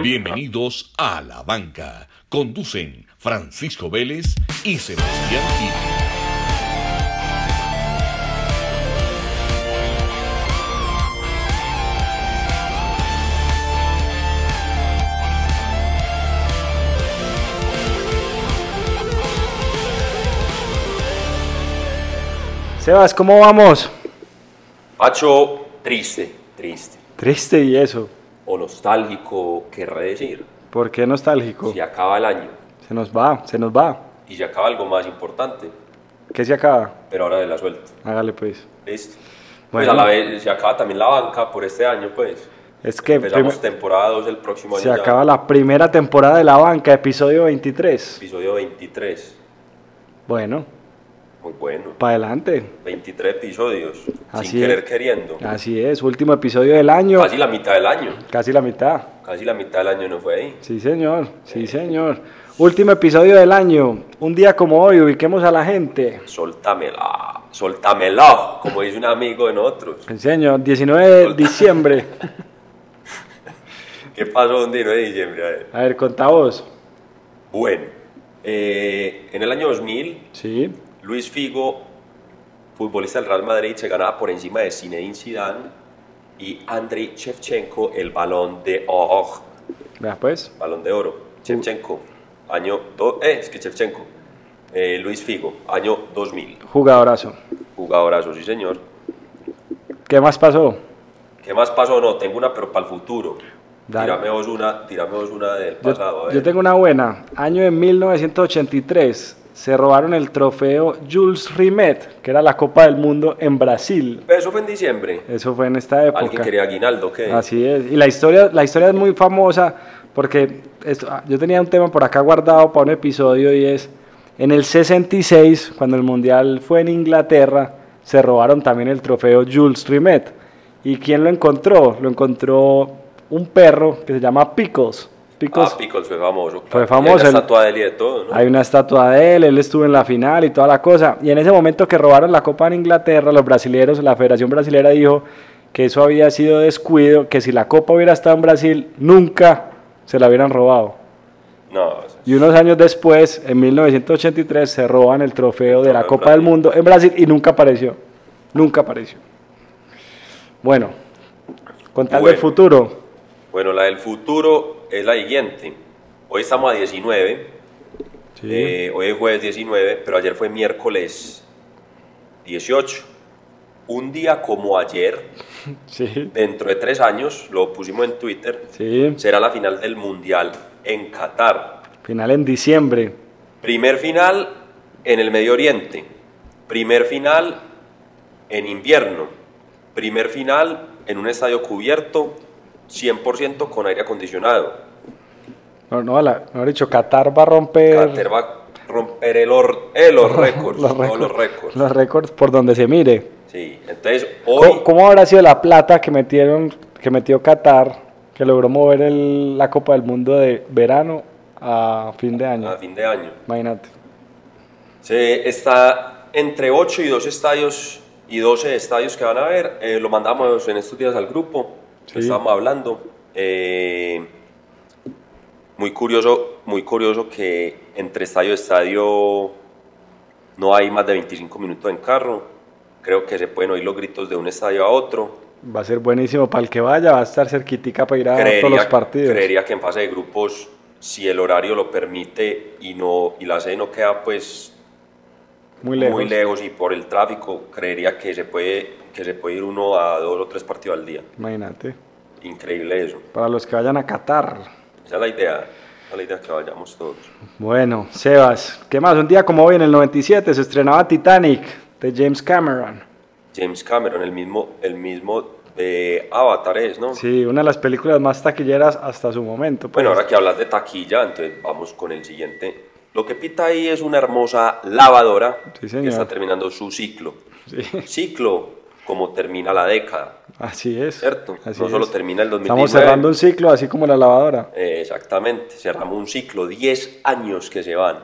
Bienvenidos a La Banca. Conducen Francisco Vélez y Sebastián Gil. Sebas, ¿cómo vamos? Pacho, triste, triste. Triste y eso. O nostálgico, querré decir. ¿Por qué nostálgico? Se acaba el año Se nos va, se nos va. y se acaba algo más importante, ¿Qué se acaba? pero ahora de la suelta. Hágale pues. Listo. Pues Bueno. a la vez se acaba también la banca por este año, pues. Es que Empezamos prim- temporada 2 el próximo año. se ya. acaba la primera temporada de La Banca, episodio 23. Episodio 23. Bueno, Muy bueno. para adelante. 23 episodios. Así sin querer es. queriendo. Así es, último episodio del año. Casi la mitad del año. Casi la mitad. Casi la mitad del año no fue ahí. Sí, señor. Sí, señor. Último episodio del año. Un día como hoy, ubiquemos a la gente. Soltámela. Soltámela. Como dice un amigo de nosotros. Sí, señor. 19 de diciembre. ¿Qué pasó un día de diciembre? A ver. A ver, contá vos. Bueno, eh, en el año 2000, Sí. Luis Figo, futbolista del Real Madrid, se ganaba por encima de Zinedine Zidane y Andrei Shevchenko el balón de oro. Vea pues. Balón de oro. Shevchenko, año... do- eh, es que Shevchenko. Eh, Luis Figo, año 2000. Jugadorazo. Jugadorazo, sí señor. ¿Qué más pasó? ¿Qué más pasó? No, tengo una, pero para el futuro. Dale. Tírame vos una, tírame vos una del Yo, pasado. a ver. yo tengo una buena. Año de 1983 se robaron el trofeo Jules Rimet, que era la Copa del Mundo en Brasil. Eso fue en diciembre. Eso fue en esta Alguien época. quería aguinaldo, ¿qué? Así es. Y la historia, la historia es muy famosa porque esto- ah, yo tenía un tema por acá guardado para un episodio y es en el 66, cuando el Mundial fue en Inglaterra, se robaron también el trofeo Jules Rimet. ¿Y quién lo encontró? Lo encontró un perro que se llama Pickles. Pickles. Ah, Pickles fue famoso. claro. Fue Y hay famoso, una el- estatua de él y de todo, ¿no? Hay una estatua de él, él estuvo en la final y toda la cosa. Y en ese momento que robaron la Copa en Inglaterra, los brasileros, la Federación Brasilera dijo que eso había sido descuido, que si la Copa hubiera estado en Brasil, nunca se la hubieran robado. No, o sea, Y unos años después, en 1983, se roban el trofeo de la Trofeo Copa del Brasil. Mundo en Brasil y nunca apareció. Nunca apareció. Bueno, contando el Bueno. futuro. bueno, la del futuro es la siguiente. Hoy estamos a 19, eh, hoy es jueves 19, pero ayer fue miércoles 18. Un día como ayer, sí, dentro de tres años, lo pusimos en Twitter, sí. será la final del Mundial en Qatar. Final en diciembre. Primer final en el Medio Oriente, primer final en invierno, primer final en un estadio cubierto 100% con aire acondicionado. No, no, la, mejor dicho, Qatar va a romper Carter va a romper el or- eh, los récords, los todos récords. los récords. los récords por donde se mire. Sí, entonces ¿Cómo, hoy cómo habrá sido la plata que metieron, que metió Qatar, que logró mover el- la Copa del Mundo de verano a fin de año? a fin de año Imagínate. se está entre 8 y 12 estadios y 12 estadios que van a ver. Eh, lo mandamos en estos días al grupo, Sí. que estábamos hablando. Eh, muy curioso, muy curioso que entre estadio y estadio no hay más de 25 minutos en carro. Creo que se pueden oír los gritos de un estadio a otro. Va a ser buenísimo para el que vaya, va a estar cerquitica para ir a todos los creería, partidos. creería que en fase de grupos, si el horario lo permite y no y la sede no queda pues Muy lejos. muy lejos y por el tráfico, creería que se puede que se puede ir uno a dos o tres partidos al día. Imagínate. Increíble eso. Para los que vayan a Qatar. Esa es la idea, esa es la idea que vayamos todos. Bueno, Sebas, ¿qué más? Un día como hoy, en el 97, se estrenaba Titanic de James Cameron. James Cameron, el mismo el mismo de Avatar es, ¿no? Sí, una de las películas más taquilleras hasta su momento. pues. Bueno, ahora que hablas de taquilla, entonces vamos con el siguiente. Lo que pita ahí es una hermosa lavadora Sí, que señor. está terminando su ciclo. Sí, Ciclo, como termina la década, así es. ¿cierto? Así no solo es. termina el 2019. Estamos cerrando un ciclo, así como la lavadora. Eh, exactamente, cerramos un ciclo, 10 años que se van.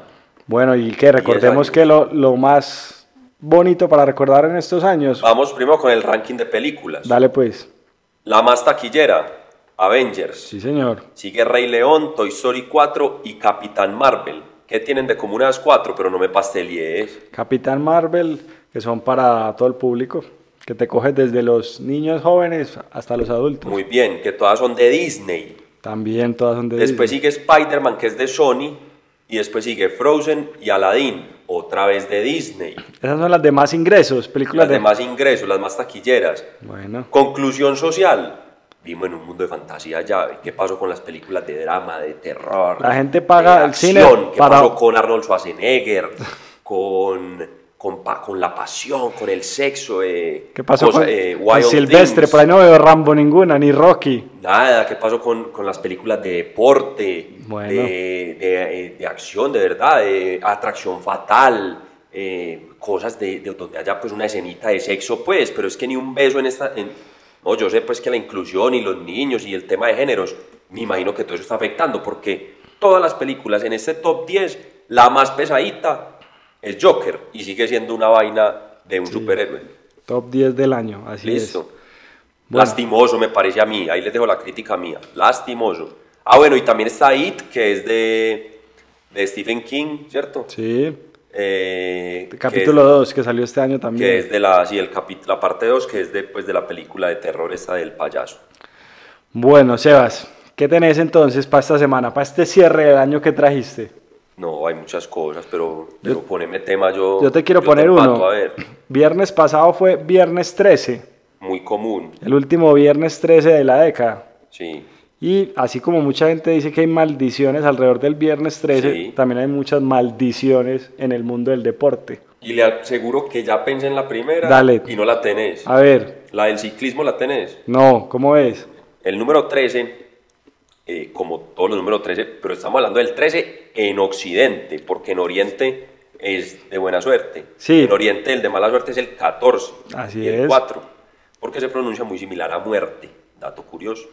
Bueno, y que recordemos años. que lo, lo más bonito para recordar en estos años. Vamos primero con el ranking de películas. Dale pues. La más taquillera, Avengers. Sí, señor. Sigue Rey León, Toy Story 4 y Capitán Marvel. ¿Qué tienen de común las cuatro? Pero no me pastelíes. Capitán Marvel, que son para todo el público, que te coges desde los niños jóvenes hasta los adultos. Muy bien, que todas son de Disney. También todas son de Después Disney. sigue Spider-Man, que es de Sony. Y después sigue Frozen y Aladdin, otra vez de Disney. Esas son las de más ingresos, películas Las de... de más ingresos, las más taquilleras. Bueno, Conclusión social. Vimos en un mundo de fantasía ya. ¿Qué pasó con las películas de drama, de terror? La gente paga de el cine acción? ¿Qué para- pasó con Arnold Schwarzenegger? con, con, pa- con la pasión, con el sexo. eh, ¿qué pasó cosa- con, eh, con Wild Silvestre? Things. Por ahí no veo Rambo ninguna, ni Rocky. Nada, ¿qué pasó con, con las películas de deporte, Bueno. de, de- eh, de acción, de verdad, de atracción fatal, eh, cosas de, de donde haya pues una escenita de sexo, pues, pero es que ni un beso en esta... en- no, yo sé pues que la inclusión y los niños y el tema de géneros, me imagino que todo eso está afectando, porque todas las películas en este top 10, la más pesadita es Joker, y sigue siendo una vaina de un superhéroe. Top 10 del año, así Listo. es. Bueno. Lastimoso me parece a mí. Ahí les dejo la crítica mía. Lastimoso. Ah, bueno, y también está It, que es de, de Stephen King, ¿cierto? Sí, Eh, capítulo que, 2 que salió este año es- también. que es de la, sí, el capi- la parte 2, que es de, pues, de la película de terror esa del payaso. Bueno, Sebas, ¿qué tenés entonces para esta semana, para este cierre del año que trajiste? No, hay muchas cosas, pero, pero poneme tema. Yo, Yo te quiero poner empato, uno. A ver, Viernes pasado fue viernes 13, muy común, el último viernes 13 de la década. sí. Y así como mucha gente dice que hay maldiciones alrededor del viernes 13, Sí. también hay muchas maldiciones en el mundo del deporte. Y le aseguro que ya pensé en la primera Dale. y no la tenés. A ver, La del ciclismo la tenés. no, ¿cómo es? El número 13, eh, como todos los números 13, pero estamos hablando del 13 en Occidente, porque en Oriente es de buena suerte. Sí. En Oriente el de mala suerte es el 14. Así y el es. 4, porque se pronuncia muy similar a muerte, dato curioso.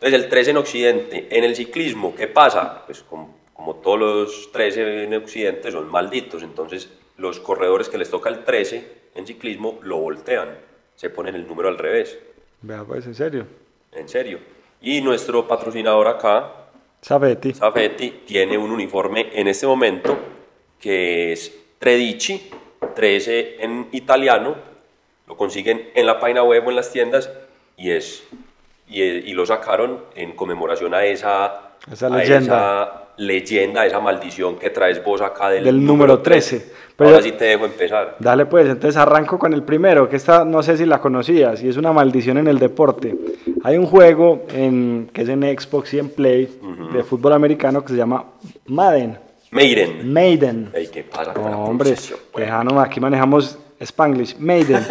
Entonces el 13 en Occidente, en el ciclismo, ¿qué pasa? Pues com- como todos los 13 en Occidente son malditos, entonces los corredores que les toca el 13 en ciclismo lo voltean, se ponen el número al revés. Vea, pues, en serio. En serio. Y nuestro patrocinador acá, Safety. Safety, tiene un uniforme en este momento que es Tredici, 13 en italiano. Lo consiguen en la página web o en las tiendas y es y, y lo sacaron en conmemoración a esa, Esa a leyenda. esa leyenda, a esa maldición que traes vos acá del, Del número 13. Pero Ahora yo- sí te dejo empezar. Dale pues, entonces arranco con el primero, que esta no sé si la conocías y es una maldición en el deporte. Hay un juego en, que es en Xbox y en Play de fútbol americano que se llama Madden. Miren. Maiden. Ey, ¿qué pasa con la Mm. No, hombre, pronunciación, pues? lejano, aquí manejamos Spanglish, Maiden.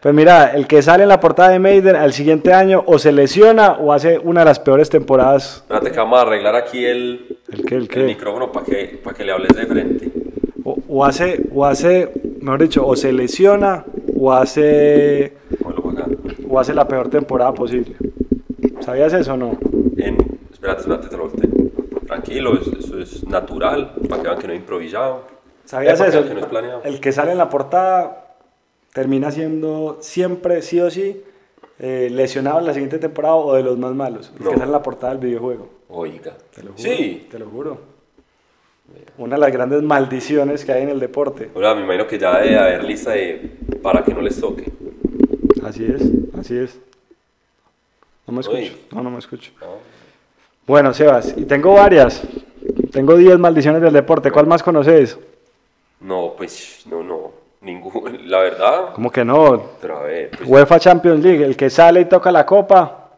Pues mira, el que sale en la portada de Maiden al siguiente año o se lesiona o hace una de las peores temporadas. Espérate que vamos a arreglar aquí el, ¿El qué, el el qué? micrófono para que, para que le hables de frente. O, o hace, o hace, mejor dicho, o se lesiona o hace, Ponlo pa' acá. o hace la peor temporada posible. ¿Sabías eso o no? En, espérate, espérate, te lo volteo. Tranquilo, es- eso es natural, para que vean que no he improvisado. ¿Sabías Eh, para que eso? vean Que no es planeado. El que sale en la portada termina siendo siempre, sí o sí, eh, lesionado en la siguiente temporada o de los más malos. El No. que sale en la portada del videojuego. Oiga. Te lo juro. Sí. Te lo juro. Una de las grandes maldiciones que hay en el deporte. Ahora me imagino que ya debe haber lista de para que no les toque. Así es, así es. No me escucho. Uy. No, no me escucho. No. Bueno, Sebas, y tengo varias. Tengo 10 maldiciones del deporte. ¿Cuál más conoces? No, pues, no, no. Ningún, la verdad, Como que no. otra vez. pues, UEFA Champions League, el que sale y toca la copa.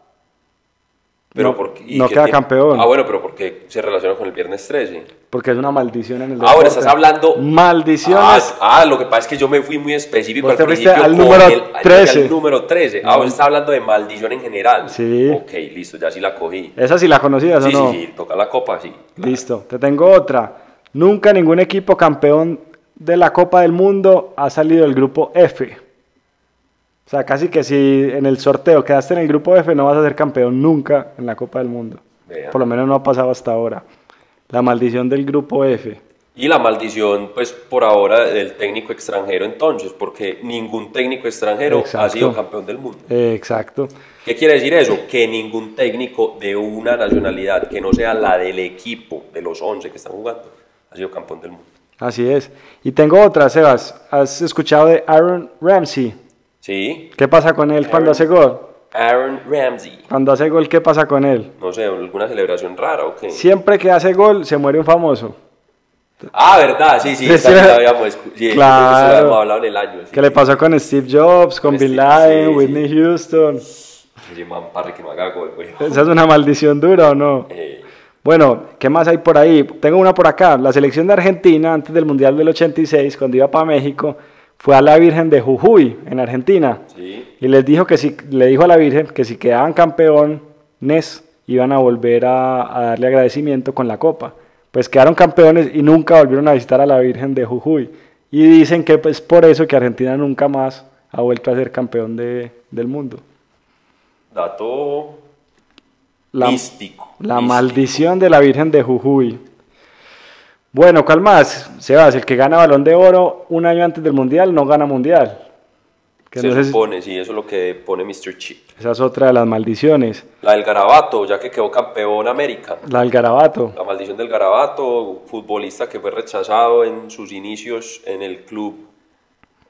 pero no- porque, no queda campeón. Ah, bueno, pero porque se relaciona con el viernes 13. Porque es una maldición en el deporte. Ah, bueno, estás hablando. Maldiciones. Ah, ah, lo que pasa es que yo me fui muy específico Vos al te fuiste principio. al con número el- yo fui 13. Al número 13. Ah, vos estás hablando de maldición en general. Sí. Ok, listo, ya sí la cogí. Esa sí la conocías Sí, o no. sí, sí, toca la copa, sí. Listo. Te tengo otra. Nunca ningún equipo campeón de la Copa del Mundo ha salido del grupo F. O sea, casi que si en el sorteo quedaste en el grupo F no vas a ser campeón nunca en la Copa del Mundo. Vea. Por lo menos no ha pasado hasta ahora. La maldición del grupo F. Y la maldición, pues por ahora, del técnico extranjero entonces, porque ningún técnico extranjero ha Exacto. sido campeón del mundo. Eh, Exacto. ¿Qué quiere decir eso? Que ningún técnico de una nacionalidad que no sea la del equipo, de los 11 que están jugando, ha sido campeón del mundo. Así es. Y tengo otra, Sebas. ¿Has escuchado de Aaron Ramsey? ¿Sí? ¿Qué pasa con él cuando Aaron. hace gol? Aaron Ramsey. Cuando hace gol, ¿qué pasa con él? No sé, alguna celebración rara o qué. Siempre que hace gol, se muere un famoso. Ah, verdad, sí, sí, Sí, sí. también lo habíamos, escu- sí, Claro. eso lo habíamos hablado en el año. sí. ¿Qué le pasó con Steve Jobs, con Con Bin Steve- Laden, Pues sí, Whitney sí. Houston? Oye, man, parre que me haga gol, güey. Esa es una maldición dura, ¿o no? Eh, Bueno, ¿qué más hay por ahí? Tengo una por acá. La selección de Argentina, antes del Mundial del 86, cuando iba para México, fue a la Virgen de Jujuy, en Argentina. sí, Y les dijo que si, le dijo a la Virgen que si quedaban campeones, iban a volver a, a darle agradecimiento con la copa. Pues quedaron campeones y nunca volvieron a visitar a la Virgen de Jujuy. Y dicen que es por eso que Argentina nunca más ha vuelto a ser campeón de- del mundo. dato La, místico. la místico. maldición de la Virgen de Jujuy. Bueno, ¿cuál más? Sebas, el que gana balón de oro un año antes del mundial no gana mundial. Que Se no sé si- supone, sí, eso es lo que pone Mr. Chip. esa es otra de las maldiciones. La del garabato, ya que quedó campeón América. La del garabato. La maldición del garabato, futbolista que fue rechazado en sus inicios en el club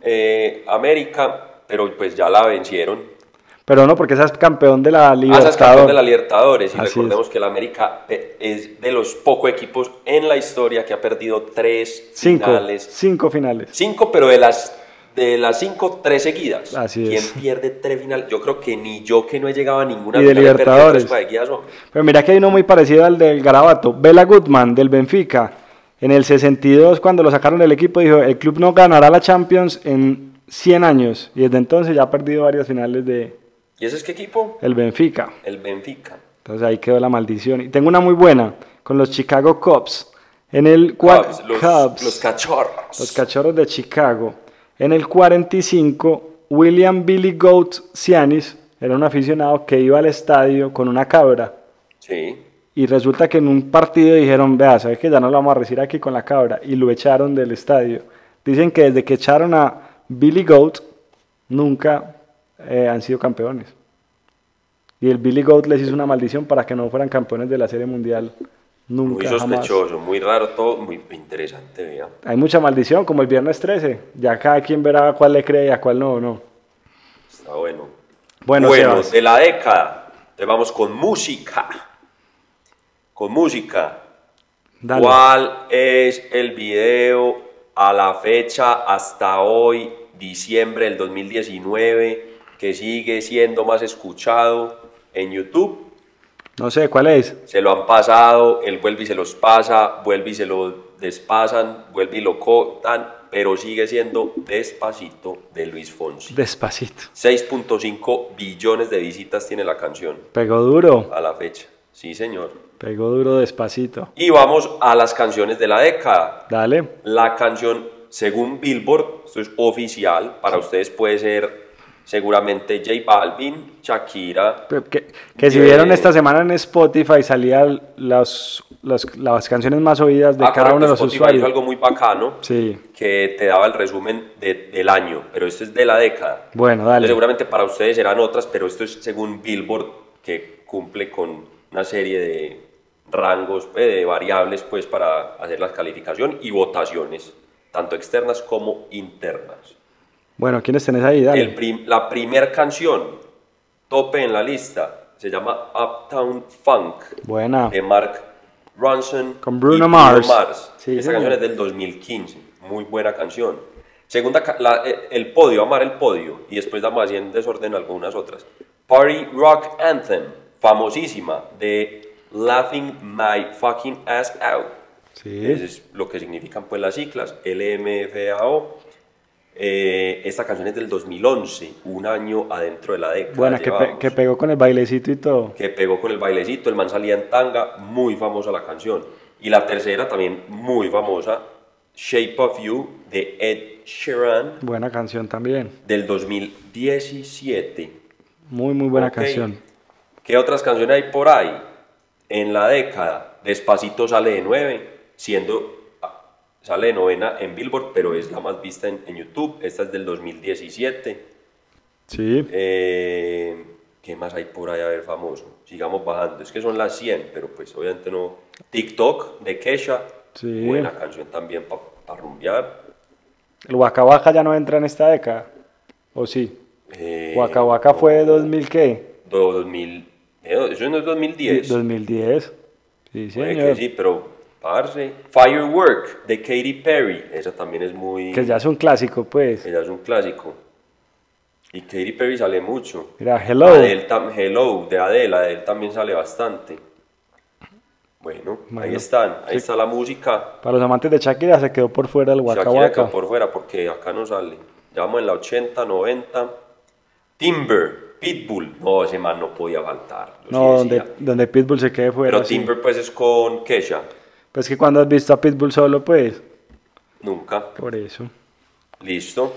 eh, América, pero pues ya la vencieron. Pero no, porque seas campeón de la Ah, esa Libertadores. es campeón de la Libertadores. Y Así recordemos que el América eh, es de los pocos equipos en la historia que ha perdido tres Cinco. finales. Cinco finales. Cinco, pero de las, de las cinco, tres seguidas. Así ¿Quién es. pierde tres finales? Yo creo que ni yo que no he llegado a ninguna Y de final he perdido Libertadores. tres seguidas, no. Pero mira que hay uno muy parecido al del Garabato. Bela Goodman, del Benfica. En el 62, cuando lo sacaron del equipo, dijo, el club no ganará la Champions en 100 años. Y desde entonces ya ha perdido varias finales de ¿Y ese es qué equipo? el Benfica. El Benfica. Entonces ahí quedó la maldición. Y tengo una muy buena, con los Chicago Cubs. En el cual- Cubs, Ah, pues los, Cubs. los cachorros. Los Cachorros de Chicago. En el 45, William Billy Goat Cianis era un aficionado que iba al estadio con una cabra. sí. Y resulta que en un partido dijeron, vea, sabes que ya no lo vamos a recibir aquí con la cabra. Y lo echaron del estadio. Dicen que desde que echaron a Billy Goat, nunca eh, han sido campeones. Y el Billy Goat les hizo una maldición para que no fueran campeones de la Serie Mundial. Muy Nunca jamás. sospechoso, muy raro todo, muy interesante, vea. Hay mucha maldición, como el viernes 13. Ya cada quien verá a cuál le cree y a cuál no, no. Está bueno. Bueno, Bueno, Sebas. de la década. Te vamos con música. Con música. Dale. ¿Cuál es el video a la fecha hasta hoy, diciembre del 2019, que sigue siendo más escuchado en YouTube? No sé, ¿cuál es? se lo han pasado, él vuelve y se los pasa, vuelve y se lo despasan, vuelve y lo cortan, pero sigue siendo Despacito de Luis Fonsi. Despacito. 6.5 billones de visitas tiene la canción Pegó duro. a la fecha. Sí, señor. Pegó duro despacito. Y vamos a las canciones de la década. Dale. La canción, según Billboard, esto es oficial, para ustedes puede ser seguramente J Balvin, Shakira, Que, que- que si Bien. vieron esta semana en Spotify salían las, las, las canciones más oídas de Ah, cada correcto, uno de los Spotify usuarios. hizo algo muy bacano. Sí. que te daba el resumen de- del año, pero esto es de la década. Bueno, dale. Seguramente para ustedes serán otras, pero esto es según Billboard, que cumple con una serie de rangos, eh, de variables, pues para hacer la calificación y votaciones, tanto externas como internas. Bueno, ¿quiénes tenés ahí? El Dale. prim- la primera canción, tope en la lista, se llama Uptown Funk Buena. de Mark Ronson Ah. Con Bruno y Mars. Sí, Esta señor. canción es del 2015, muy buena canción. Segunda, ca- la- eh, el podio, amar el podio, y después damos así en desorden algunas otras. Party Rock Anthem, famosísima, de Laughing My Fucking Ass Out. Eso Sí. es lo que significan pues las siglas, LMFAO. Eh, esta canción es del 2011, un año adentro de la década. Buena, que, pe- llevamos que pegó con el bailecito y todo. que pegó con el bailecito, el man salía en tanga, muy famosa la canción. Y la tercera también muy famosa, Shape of You de Ed Sheeran Buena canción también. del 2017. Muy, muy buena Ok. canción. ¿Qué otras canciones hay por ahí? En la década, Despacito sale de 9, siendo ah, sale de novena en Billboard, pero es la más vista en, en YouTube. Esta es del 2017. Sí. Eh, ¿Qué más hay por ahí a ver famoso? Sigamos bajando. Es que son las 100, pero pues obviamente no. TikTok de Kesha. Sí. Buena canción también para rumbear. El Waka Waka ya no entra en esta década. ¿O sí? Eh, Waka Waka fue de 2000 qué? do- 2000. eh, Eso no es 2010. 2010. Sí, Puede señor. que sí, pero parce. Firework de Katy Perry. Esa también es muy. Que ya es un clásico, pues. Ella es un clásico. Y Katy Perry sale mucho. Mira, hello. Adele tam- Hello, de Adele, Adele también sale bastante. Bueno, ahí Bueno, están, ahí sí. está la música. Para los amantes de Shakira se quedó por fuera el Waka Shakira quedó Waka. por fuera porque acá no sale. Ya vamos en la 80, 90. Timber, Pitbull. No, ese man no podía faltar. yo No, sí decía. donde, donde Pitbull se quede fuera. Pero sí. Timber pues es con Kesha. Pues que cuando has visto a Pitbull solo, pues. Nunca. Por eso. Listo.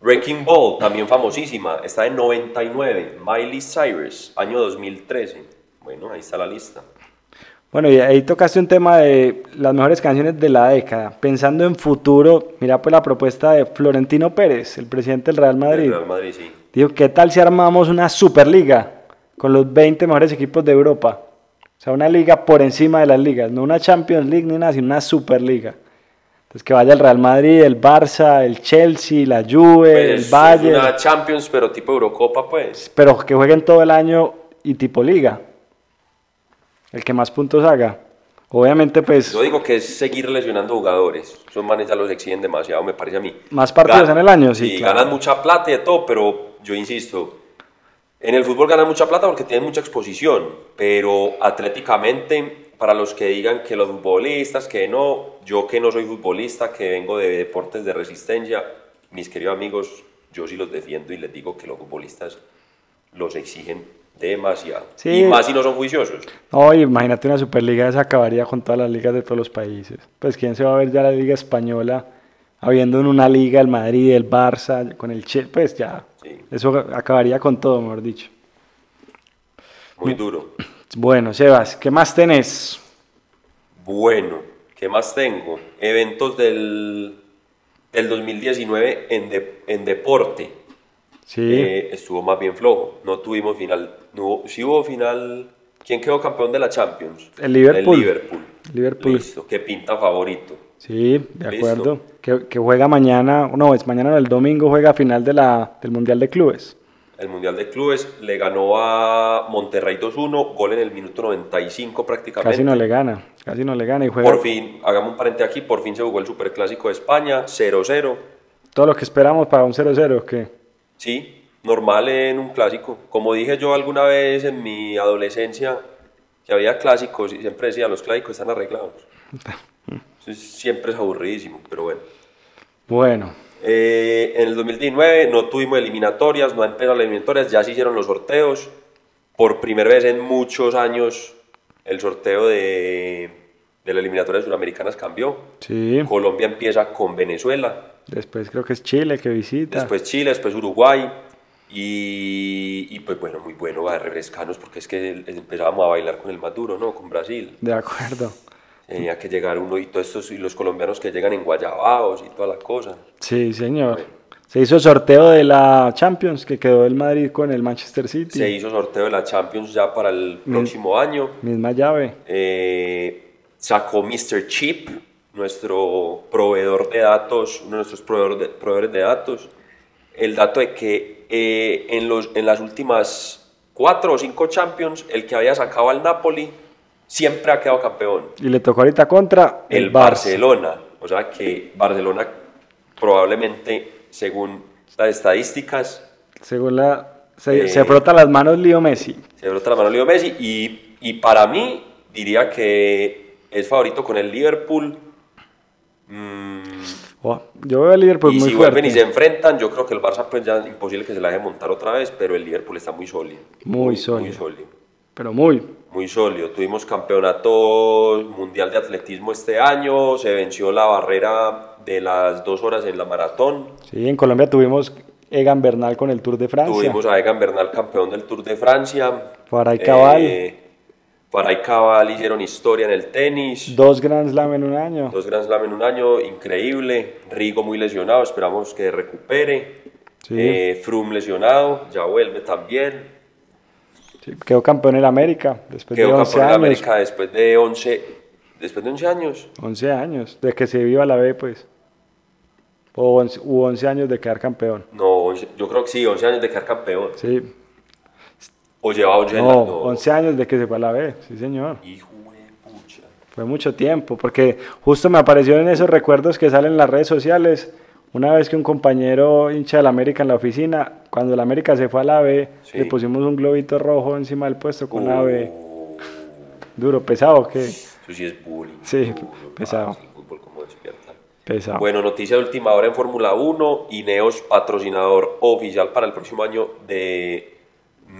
Wrecking Ball, también famosísima, está en 99, Miley Cyrus, año 2013. Bueno, ahí está la lista. Bueno, y ahí tocaste un tema de las mejores canciones de la década. Pensando en futuro, mira pues la propuesta de Florentino Pérez, el presidente del Real Del Madrid. Real Madrid, sí. Dijo, ¿qué tal si armamos una Superliga con los 20 mejores equipos de Europa? O sea, una liga por encima de las ligas, no una Champions League ni nada, sino una Superliga. Entonces que vaya el Real Madrid, el Barça, el Chelsea, la Juve, Pues el es Bayern, una Champions, pero tipo Eurocopa, pues. pero que jueguen todo el año y tipo liga. El que más puntos haga. Obviamente pues... Yo digo que es seguir lesionando jugadores. Esos manes ya los exigen demasiado, me parece a mí. Más partidos en el año, sí, Y claro. ganan mucha plata y de todo, pero yo insisto, en el fútbol ganan mucha plata porque tienen mucha exposición, pero atléticamente, para los que digan que los futbolistas, que no, yo que no soy futbolista, que vengo de deportes de resistencia, mis queridos amigos, yo sí los defiendo y les digo que los futbolistas los exigen demasiado. Sí. Y más si no son juiciosos. No, y imagínate una Superliga, se acabaría con todas las ligas de todos los países. Pues quién se va a ver ya la Liga Española, habiendo en una liga el Madrid, el Barça, con el Che, pues ya. Sí. Eso acabaría con todo, mejor dicho. Muy duro. Bueno, Sebas, ¿qué más tenés? Bueno, ¿qué más tengo? Eventos del, del 2019 en, de- en deporte. Sí, Eh, estuvo más bien flojo. No tuvimos final. No, hubo- sí hubo final. ¿Quién quedó campeón de la Champions? El Liverpool. El Liverpool. Liverpool. Listo, que pinta favorito. sí, de listo. acuerdo. Que, que juega mañana, no, es mañana no, el domingo juega final de la, del Mundial de Clubes. El Mundial de Clubes le ganó a Monterrey 2-1, gol en el minuto 95 prácticamente. Casi no le gana, casi no le gana y juega Por fin, hagamos un paréntesis aquí, por fin se jugó el Superclásico de España, 0-0. todo lo que esperamos para un 0-0, que Sí, normal en un clásico. Como dije yo alguna vez en mi adolescencia, que había clásicos y siempre decía, los clásicos están arreglados. Eso es- siempre es aburridísimo, pero bueno. Bueno, Eh, en el 2019 no tuvimos eliminatorias, no empezaron las eliminatorias, ya se hicieron los sorteos. Por primera vez en muchos años el sorteo de, de las eliminatorias suramericanas cambió. sí. Colombia empieza con Venezuela, Después creo que es Chile que visita. después Chile, después Uruguay. Y, y, pues bueno, muy bueno va a refrescarnos porque es que el- empezábamos a bailar con el Maduro, ¿no? Con Brasil. De acuerdo. Tenía que llegar uno y todos estos, y los colombianos que llegan en Guayabaos y toda la cosa. Sí, señor. Se hizo sorteo de la Champions que quedó el Madrid con el Manchester City. Se hizo sorteo de la Champions ya para el próximo año. Misma llave. Eh, sacó Mr. Chip, nuestro proveedor de datos, uno de nuestros proveedor de- proveedores de datos, el dato de que eh, en, los, en las últimas cuatro o cinco Champions, el que había sacado al Napoli siempre ha quedado campeón. Y le tocó ahorita contra El Barça. Barcelona. O sea que Barcelona probablemente, según las estadísticas, Según la. Se, Eh. se frota las manos Leo Messi. Se brota la mano Leo Messi y, y para mí diría que es favorito con el Liverpool. Mm, Oh, yo veo al Liverpool y muy si fuerte. vuelven y se enfrentan, yo creo que el Barça pues ya es imposible que se la deje montar otra vez, pero el Liverpool está muy sólido. Muy Muy sólido. sólido. Pero muy. Muy sólido. Tuvimos campeonato mundial de atletismo este año, se venció la barrera de las dos horas en la maratón. Sí, en Colombia tuvimos Egan Bernal con el Tour de Francia. Tuvimos a Egan Bernal campeón del Tour de Francia. Faray Cabal. Eh, Para y Cabal hicieron historia en el tenis. Dos Grand Slam en un año. Dos Grand Slam en un año, increíble. Rigo muy lesionado, esperamos que recupere. Sí. Eh, Froome lesionado, ya vuelve también. Sí, Quedó campeón en la América después de Quedó 11 Pues campeón en la años. América después de 11, después de 11 años. 11 años, de que se viva la B, pues. O 11, u 11 años de quedar campeón. No, 11 yo creo que sí, 11 años de quedar campeón. Sí. O lleva 11 No, años. no. 11 años de que se fue a la B, sí, señor. Hijo de pucha. Fue mucho tiempo, porque justo me apareció en esos recuerdos que salen en las redes sociales. Una vez que un compañero hincha de la América en la oficina, cuando la América se fue a la B, Sí. le pusimos un globito rojo encima del puesto con la B. Uh, Duro, pesado, que Eso sí es bullying. Sí, duro, pesado. parce, el fútbol como despierta. pesado. Bueno, noticia de última hora en Fórmula 1. Ineos, patrocinador oficial para el próximo año de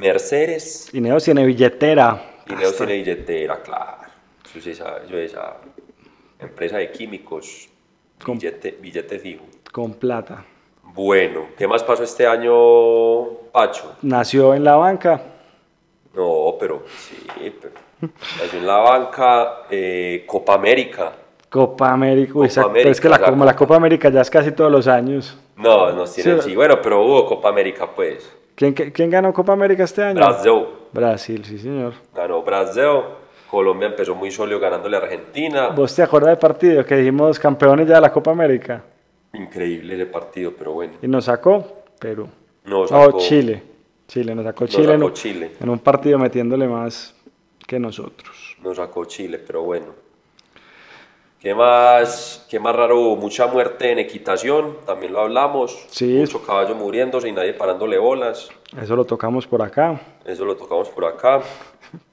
Mercedes. Ineos tiene billetera. Ineos tiene billetera, claro. Eso es esa, eso es esa empresa de químicos. Com- Billete, billete fijo. Con plata. Bueno, ¿qué más pasó este año, Pacho? Nació en la banca. No, pero sí, pero. nació en la banca, eh, Copa América. Copa América. uy, Copa esa- pero América, es que la, o sea, como la Copa América ya es casi todos los años. No, no tiene. Sí. Sí, bueno, pero hubo Copa América, pues. ¿Quién, qué- quién ganó Copa América este año? Brasil. Brasil, sí, señor. Ganó Brasil. Colombia empezó muy sólido ganándole a Argentina. ¿Vos te acordás del partido que dijimos campeones ya de la Copa América? Increíble ese partido, pero bueno. Y nos sacó Perú. No, No, sacó- Chile. Chile, nos sacó Nos Chile, en sacó un- Chile. en un partido metiéndole más que nosotros. Nos sacó Chile, pero bueno. ¿Qué más, ¿Qué más raro hubo? Mucha muerte en equitación, también lo hablamos. Sí. Mucho caballo muriéndose y nadie parándole bolas. Eso lo tocamos por acá. Eso lo tocamos por acá.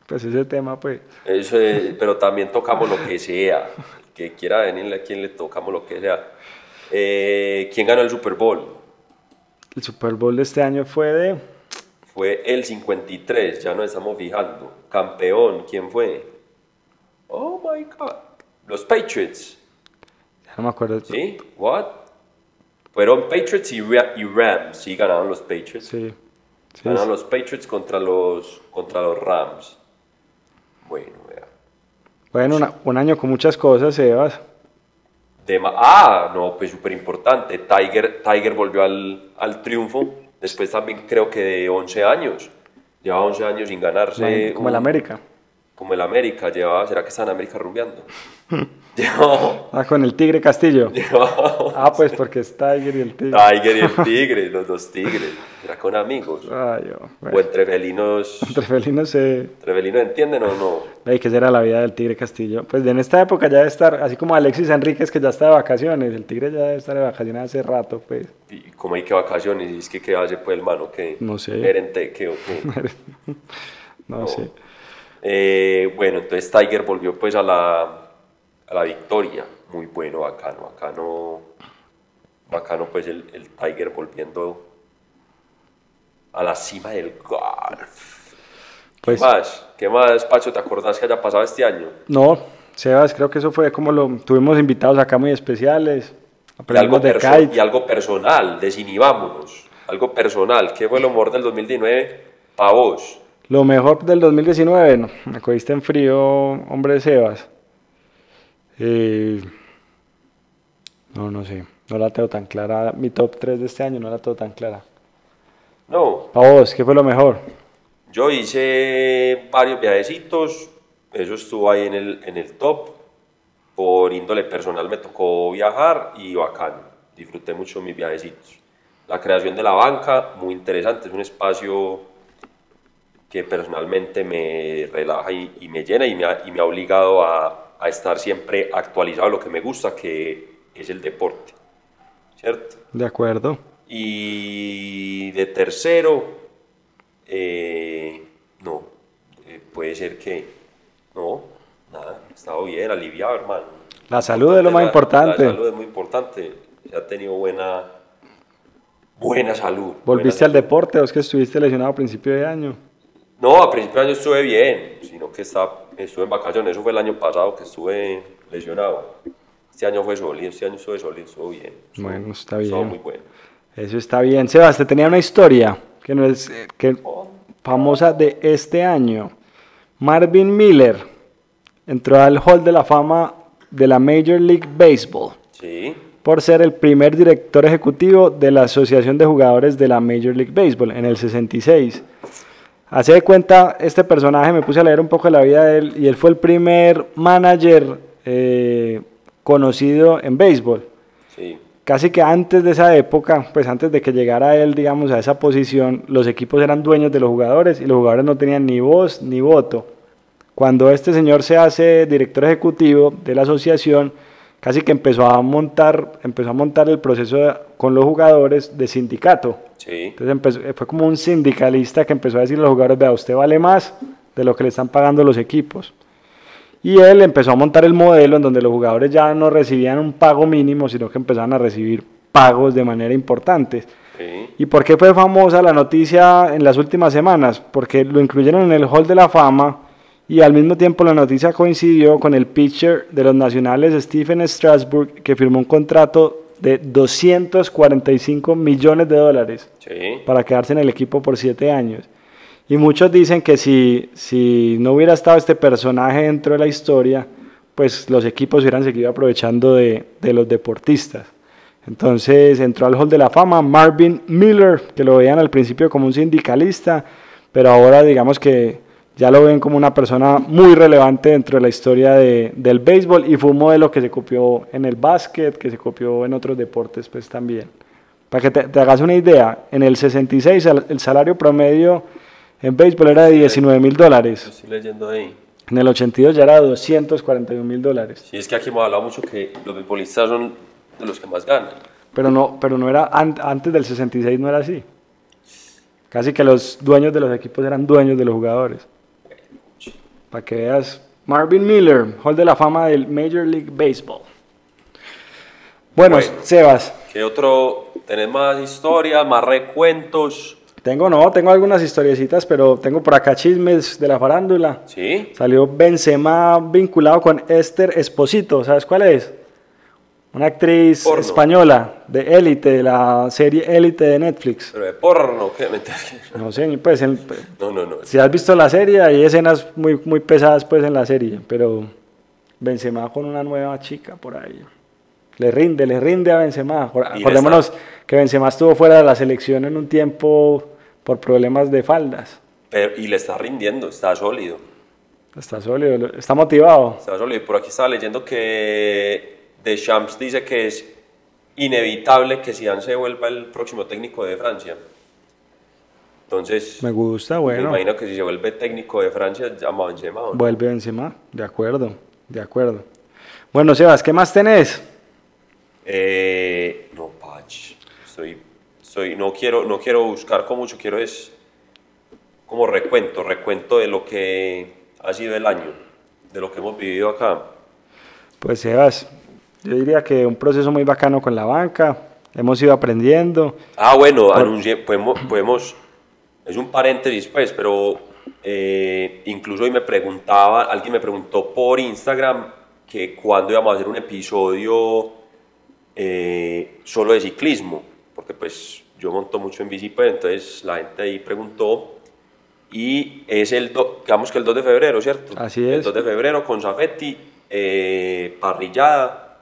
Pues ese tema, pues. Eso es- eh, pero también tocamos lo que sea. El Que quiera venirle a quien le tocamos lo que sea. Eh, ¿Quién ganó el Super Bowl? El Super Bowl de este año fue de. Fue el 53, ya nos estamos fijando. Campeón, ¿quién fue? Oh my God. Los Patriots. Ya no me acuerdo. ¿Sí? What? Fueron Patriots y, Ra- y Rams. Sí, ganaron los Patriots. Sí. Sí, ganaron sí. los Patriots contra los, contra los Rams. Bueno, vea. Bueno, una- un año con muchas cosas, Sebas. Tema- ah, no, pues súper importante. Tiger, Tiger volvió al, al triunfo. Después también creo que de 11 años. Lleva 11 años sin ganarse. como el un- América. Como el América. Lleva, ¿Será que está en América rumbeando? lleva, Ah, con el Tigre Castillo. lleva- Ah, pues porque es Tiger y el Tigre. Tiger y el Tigre, los dos Tigres. ¿Será con amigos? Ay, yo. O entre felinos. Entre felinos se. ¿Entre felinos entienden o no? Ey, ¿Qué será la vida del Tigre Castillo? Pues en esta época ya debe estar, así como Alexis Enríquez que ya está de vacaciones, el Tigre ya debe estar de vacaciones hace rato, pues. ¿Y cómo hay que vacaciones? ¿Y es que qué hace pues el mano? que No sé. qué o qué? No, No. sé. Eh, bueno, entonces Tiger volvió pues a la, a la victoria. Muy bueno, bacano, bacano. Bacano pues el, el Tiger volviendo a la cima del golf. Pues ¿Qué más? ¿Qué más, Pacho? ¿Te acordás que haya pasado este año? no, Sebas, creo que eso fue como lo tuvimos invitados acá muy especiales. Y algo, Aprendimos de perso- kite. y algo personal, desinhibámonos. Algo personal. ¿Qué fue lo mejor del 2019 para vos? Lo mejor del 2019, no, me cogiste en frío, hombre Sebas. Eh, no, no sé, no la tengo tan clara. Mi top 3 de este año no la tengo tan clara. No, Para vos, ¿qué fue lo mejor? Yo hice varios viajecitos, eso estuvo ahí en el, en el top. Por índole personal me tocó viajar y bacán, disfruté mucho mis viajecitos. La creación de la banca, muy interesante, es un espacio que personalmente me relaja y, y me llena y me ha, y me ha obligado a, a estar siempre actualizado a lo que me gusta, que es el deporte, ¿cierto? De acuerdo. Y de tercero, eh, no, eh, puede ser que, no, nada, he estado bien, aliviado, hermano. La salud es lo más La- importante. La salud es muy importante, se ha tenido buena, buena salud. ¿Volviste al buena deporte? ¿Vos que estuviste lesionado a principio de año? salud. No, a principio de año estuve bien, sino que estaba, estuve en vacaciones, eso fue el año pasado que estuve lesionado. Este año fue sólido, este año estuve sólido, estuvo bien. estuvo- Bueno, está estuvo bien. muy bueno. Eso está bien. Sebas, te tenía una historia que no es eh, que, famosa de este año. Marvin Miller entró al Hall de la Fama de la Major League Baseball Sí, por ser el primer director ejecutivo de la Asociación de Jugadores de la Major League Baseball en el 66. Hace de cuenta, este personaje me puse a leer un poco de la vida de él y él fue el primer manager eh, conocido en béisbol. sí. Casi que antes de esa época, pues antes de que llegara él, digamos, a esa posición, los equipos eran dueños de los jugadores y los jugadores no tenían ni voz ni voto. Cuando este señor se hace director ejecutivo de la asociación, casi que empezó a montar, empezó a montar el proceso de- con los jugadores de sindicato. Sí, Entonces empezó- eh, fue como un sindicalista que empezó a decir a los jugadores, vea, usted vale más de lo que le están pagando los equipos. Y él empezó a montar el modelo en donde los jugadores ya no recibían un pago mínimo, sino que empezaban a recibir pagos de manera importante. sí, ¿Y por qué fue famosa la noticia en las últimas semanas? Porque lo incluyeron en el Hall de la Fama y al mismo tiempo la noticia coincidió con el pitcher de los nacionales Stephen Strasburg que firmó un contrato de 245 millones de dólares sí. para quedarse en el equipo por siete años. Y muchos dicen que si, si no hubiera estado este personaje dentro de la historia, pues los equipos hubieran seguido aprovechando de, de los deportistas. Entonces entró al Hall de la Fama Marvin Miller, que lo veían al principio como un sindicalista, pero ahora digamos que ya lo ven como una persona muy relevante dentro de la historia de- del béisbol y fue un modelo que se copió en el básquet, que se copió en otros deportes pues también. Para que te, te hagas una idea, en el 66 el, el salario promedio en béisbol era de 19 mil Yo dólares. estoy leyendo ahí. En el 82 ya era de 241 mil dólares. Sí, es que aquí hemos hablado mucho que los beisbolistas son de los que más ganan. Pero no, pero no era an- antes del 66 no era así. Casi que los dueños de los equipos eran dueños de los jugadores. Para que veas, Marvin Miller, Hall de la Fama del Major League Baseball. Bueno, Bueno. Sebas, ¿Qué otro? ¿Tenés más historia, más recuentos? tengo no, tengo algunas historiecitas, pero tengo por acá chismes de la farándula. Sí, Salió Benzema vinculado con Esther Esposito, ¿sabes cuál es? Una actriz Porno. española de élite, de la serie élite de Netflix. pero de porno, ¿qué? Mentira. No sé, ni pues en- No, no, no. si has visto la serie, hay escenas muy, muy pesadas pues en la serie, pero Benzema con una nueva chica por ahí. Le rinde, le rinde a Benzema. Acor- Mira Acordémonos que Benzema estuvo fuera de la selección en un tiempo por problemas de faldas. Pero- y le está rindiendo, está sólido. Está sólido, lo- está motivado. Está sólido. Por aquí estaba leyendo que Deschamps dice que es inevitable que Zidane se vuelva el próximo técnico de Francia. Entonces, Me gusta, bueno. me imagino que si se vuelve técnico de Francia, llama a Benzema. ¿o no? Vuelve Benzema, de acuerdo, de acuerdo. Bueno, Sebas, ¿qué más tenés? Eh, no, Pach. Soy, soy, no, quiero, no quiero buscar con mucho, quiero es como recuento, recuento de lo que ha sido el año, de lo que hemos vivido acá. Pues Sebas, yo diría que un proceso muy bacano con la banca, hemos ido aprendiendo. Ah, bueno, anuncié- podemos, podemos- es un paréntesis pues, pero eh, incluso hoy me preguntaba, alguien me preguntó por Instagram que cuándo íbamos a hacer un episodio eh, solo de ciclismo, porque pues yo monto mucho en bici, pues, entonces la gente ahí preguntó y es el, do- digamos que el 2 de febrero, ¿cierto? Así El es. 2 de febrero con Zafetti, eh, parrillada.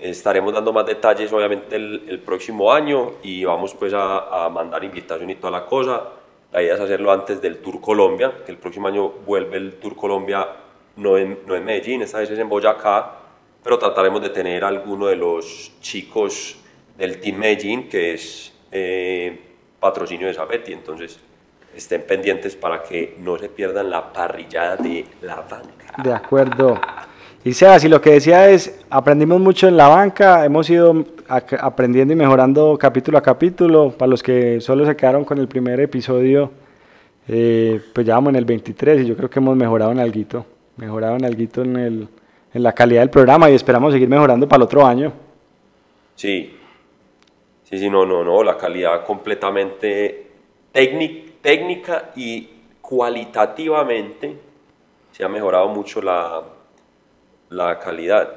Estaremos dando más detalles obviamente el, el próximo año y vamos pues a, a mandar invitación y toda la cosa. La idea es hacerlo antes del Tour Colombia, que el próximo año vuelve el Tour Colombia no en, no en Medellín, esta vez es en Boyacá, pero trataremos de tener alguno de los chicos del Team Medellín, que es eh, patrocinio de Zabetti, entonces estén pendientes para que no se pierdan la parrillada de la banca. De acuerdo. Y Sebas, y lo que decía es, aprendimos mucho en la banca, hemos ido ac- aprendiendo y mejorando capítulo a capítulo. Para los que solo se quedaron con el primer episodio, eh, pues ya vamos en el 23 y yo creo que hemos mejorado en alguito, mejorado en alguito en, el, en la calidad del programa y esperamos seguir mejorando para el otro año. Sí. Sí, sí, no, no, no. La calidad completamente técnic- técnica y cualitativamente se ha mejorado mucho la, la calidad.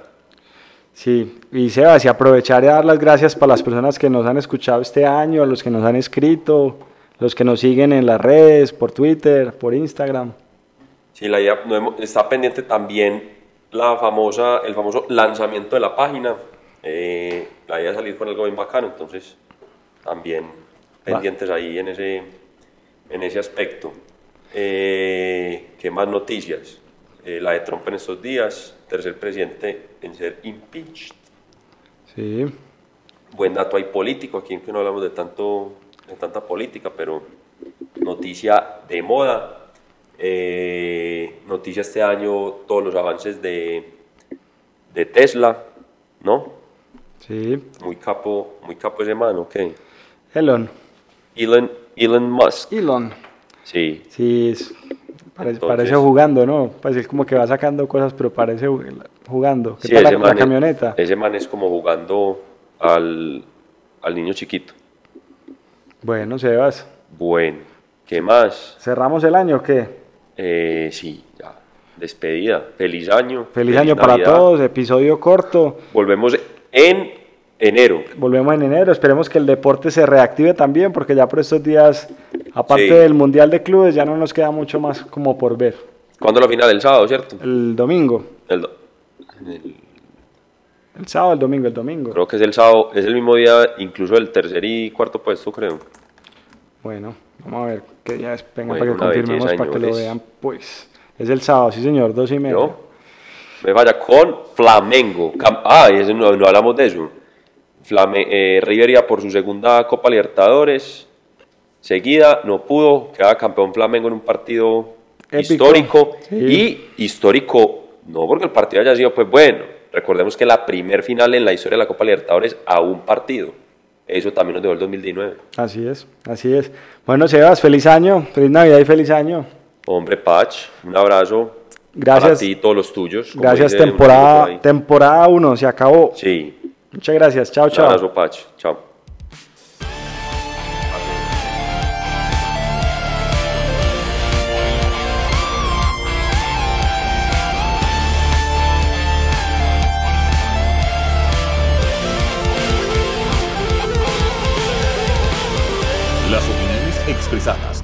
Sí, y Sebas, y aprovechar y dar las gracias para las personas que nos han escuchado este año, los que nos han escrito, los que nos siguen en las redes, por Twitter, por Instagram. Sí, la idea, no hemos- está pendiente también la famosa, el famoso lanzamiento de la página. Eh, la idea es salir con algo bien bacano, entonces también pendientes ahí en ese, en ese aspecto. Eh, ¿Qué más noticias? Eh, la de Trump en estos días, tercer presidente en ser impeached. Sí. Buen dato hay político, aquí en que no hablamos de, tanto, de tanta política, pero noticia de moda. Eh, noticia este año, todos los avances de, de Tesla, ¿no? Sí. Muy capo, muy capo ese man, ok. Elon. Elon, Elon Musk, Elon. sí, Sí, es- parece, Entonces- parece jugando, ¿no? Pues él como que va sacando cosas, pero parece ju- jugando. ¿Qué Sí, tal la, ese la man es- camioneta? ese man es como jugando al, al niño chiquito. Bueno, Sebas, Bueno, ¿qué más? ¿cerramos el año o qué? Eh, sí, ya, despedida. Feliz año. Feliz año para Navidad. todos, episodio corto. Volvemos en enero. Volvemos en enero, esperemos que el deporte se reactive también, porque ya por estos días, aparte Sí. del Mundial de Clubes, ya no nos queda mucho más como por ver. ¿Cuándo la final? El sábado, ¿cierto? El domingo, El do- el- el sábado, el domingo, el domingo. creo que es el sábado, es el mismo día, incluso el tercer y cuarto puesto, creo. Bueno, vamos a ver qué día es. Venga, Bueno, para que una belleza, confirmemos, para que lo señores. vean. Pues es el sábado, sí, señor, dos y media. Yo me vaya con Flamengo. Cam- ah, y eso no, no hablamos de eso. Flame, eh, River iba por su segunda Copa Libertadores. Seguida, no pudo, queda campeón Flamengo en un partido Épico. histórico. Sí. Y histórico, no porque el partido haya sido, pues bueno, recordemos que la primer final en la historia de la Copa Libertadores a un partido. Eso también nos dejó el 2019. Así es, así es. Bueno, Sebas, feliz año, feliz Navidad y feliz año. Hombre, Pach, un abrazo. Para Gracias. ti y todos los tuyos. como Gracias, dice un amigo por ahí. temporada temporada 1, se acabó. Sí, Muchas gracias, chao, un chao. abrazo, Pach. Chao. Las opiniones expresadas